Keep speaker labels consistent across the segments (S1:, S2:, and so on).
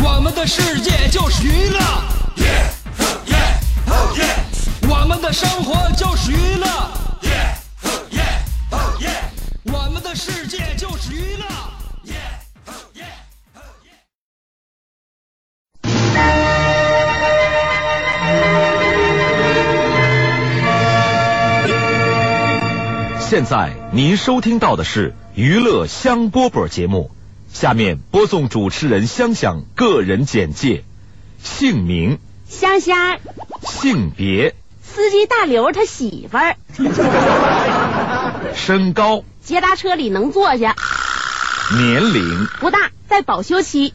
S1: 我们的世界就是娱乐。我们的生活就是娱乐。我们的世界就是娱乐。
S2: 现在您收听到的是《娱乐香饽饽》节目，下面播送主持人香香个人简介：姓名、
S3: 香香，
S2: 性别、
S3: 司机大刘他媳妇儿，
S2: 身高、
S3: 捷达车里能坐下，
S2: 年龄、
S3: 不大，在保修期，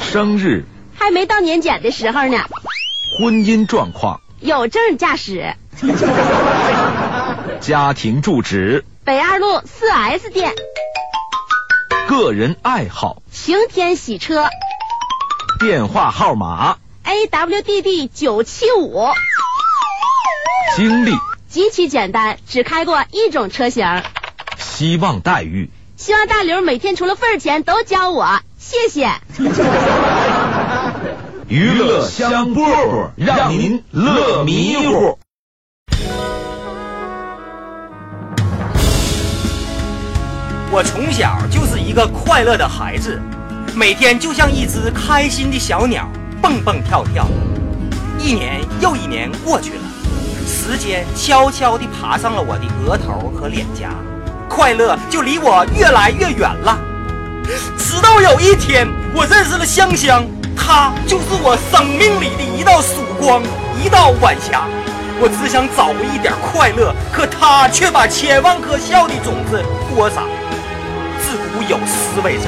S2: 生日、
S3: 还没到年检的时候呢，
S2: 婚姻状况、
S3: 有证驾驶。
S2: 家庭住址、
S3: 北二路四 S 店，
S2: 个人爱好、
S3: 晴天洗车
S2: 电话号码、
S3: ，AWDD 九七五，
S2: 经历、
S3: 极其简单，只开过一种车型。
S2: 希望待遇、
S3: 希望大刘每天除了份儿钱都教我，谢谢。
S2: 娱乐香饽饽，让您乐迷糊。
S4: 我从小就是一个快乐的孩子，每天就像一只开心的小鸟，蹦蹦跳跳。一年又一年过去了，时间悄悄地爬上了我的额头和脸颊，快乐就离我越来越远了。直到有一天，我认识了香香，她就是我生命里的一道曙光，一道晚霞。我只想找回一点快乐，可她却把千万颗笑的种子播撒。自古有诗为证：“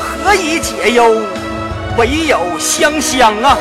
S4: 何以解忧，唯有香香啊！”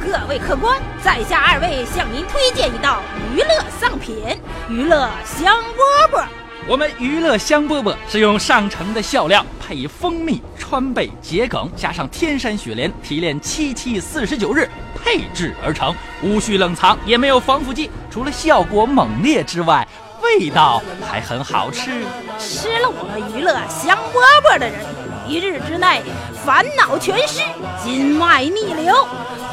S5: 各位客官，在下二位向您推荐一道娱乐上品——娱乐香饽饽。
S6: 我们娱乐香饽饽是用上乘的笑料配以蜂蜜、川贝、桔梗，加上天山雪莲提炼七七四十九日配制而成，无需冷藏，也没有防腐剂。除了效果猛烈之外，味道还很好吃。
S5: 吃了我们娱乐香饽饽的人，一日之内烦恼全失，筋脉逆流，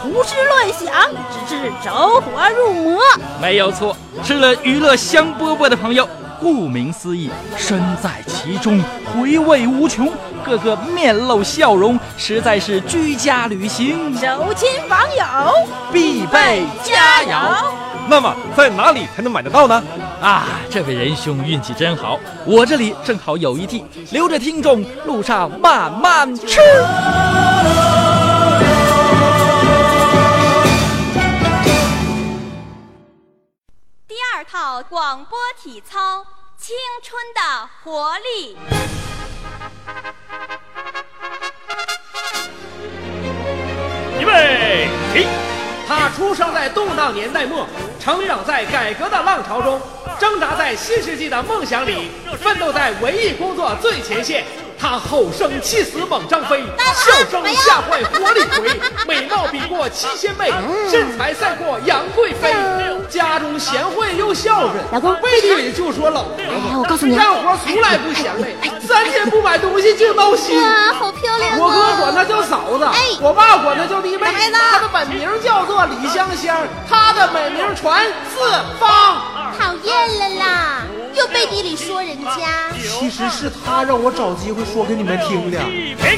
S5: 胡思乱想，直至走火入魔。
S6: 没有错，吃了娱乐香饽饽的朋友，顾名思义，身在其中，回味无穷，个个面露笑容，实在是居家旅行
S5: 走亲访友
S6: 必备佳肴。那么，在哪里才能买得到呢？啊，这位仁兄运气真好，我这里正好有一屉，留着听众路上慢慢吃。
S7: 第二套广播体操《青春的活力》。
S8: 预备起！他出生在动荡年代末，成长在改革的浪潮中，挣扎在新世纪的梦想里，奋斗在文艺工作最前线。他吼声气死猛张飞，笑声吓坏活李逵，美貌比过七仙妹，身材赛过杨贵妃，家中贤惠又孝顺，老公背地里就说老婆。
S9: 哎，我告诉你啊，
S8: 干活从来不嫌累，三天不买东西就闹心。
S10: 哎
S9: 哇好漂亮啊
S8: 我哥管她叫嫂子，我爸管她叫弟妹。她的本名叫做李香香，她的美名传四方。
S10: 讨厌了啦，又背地里说人家。
S11: 其实是他让我找机会说给你们听的。
S8: 预备，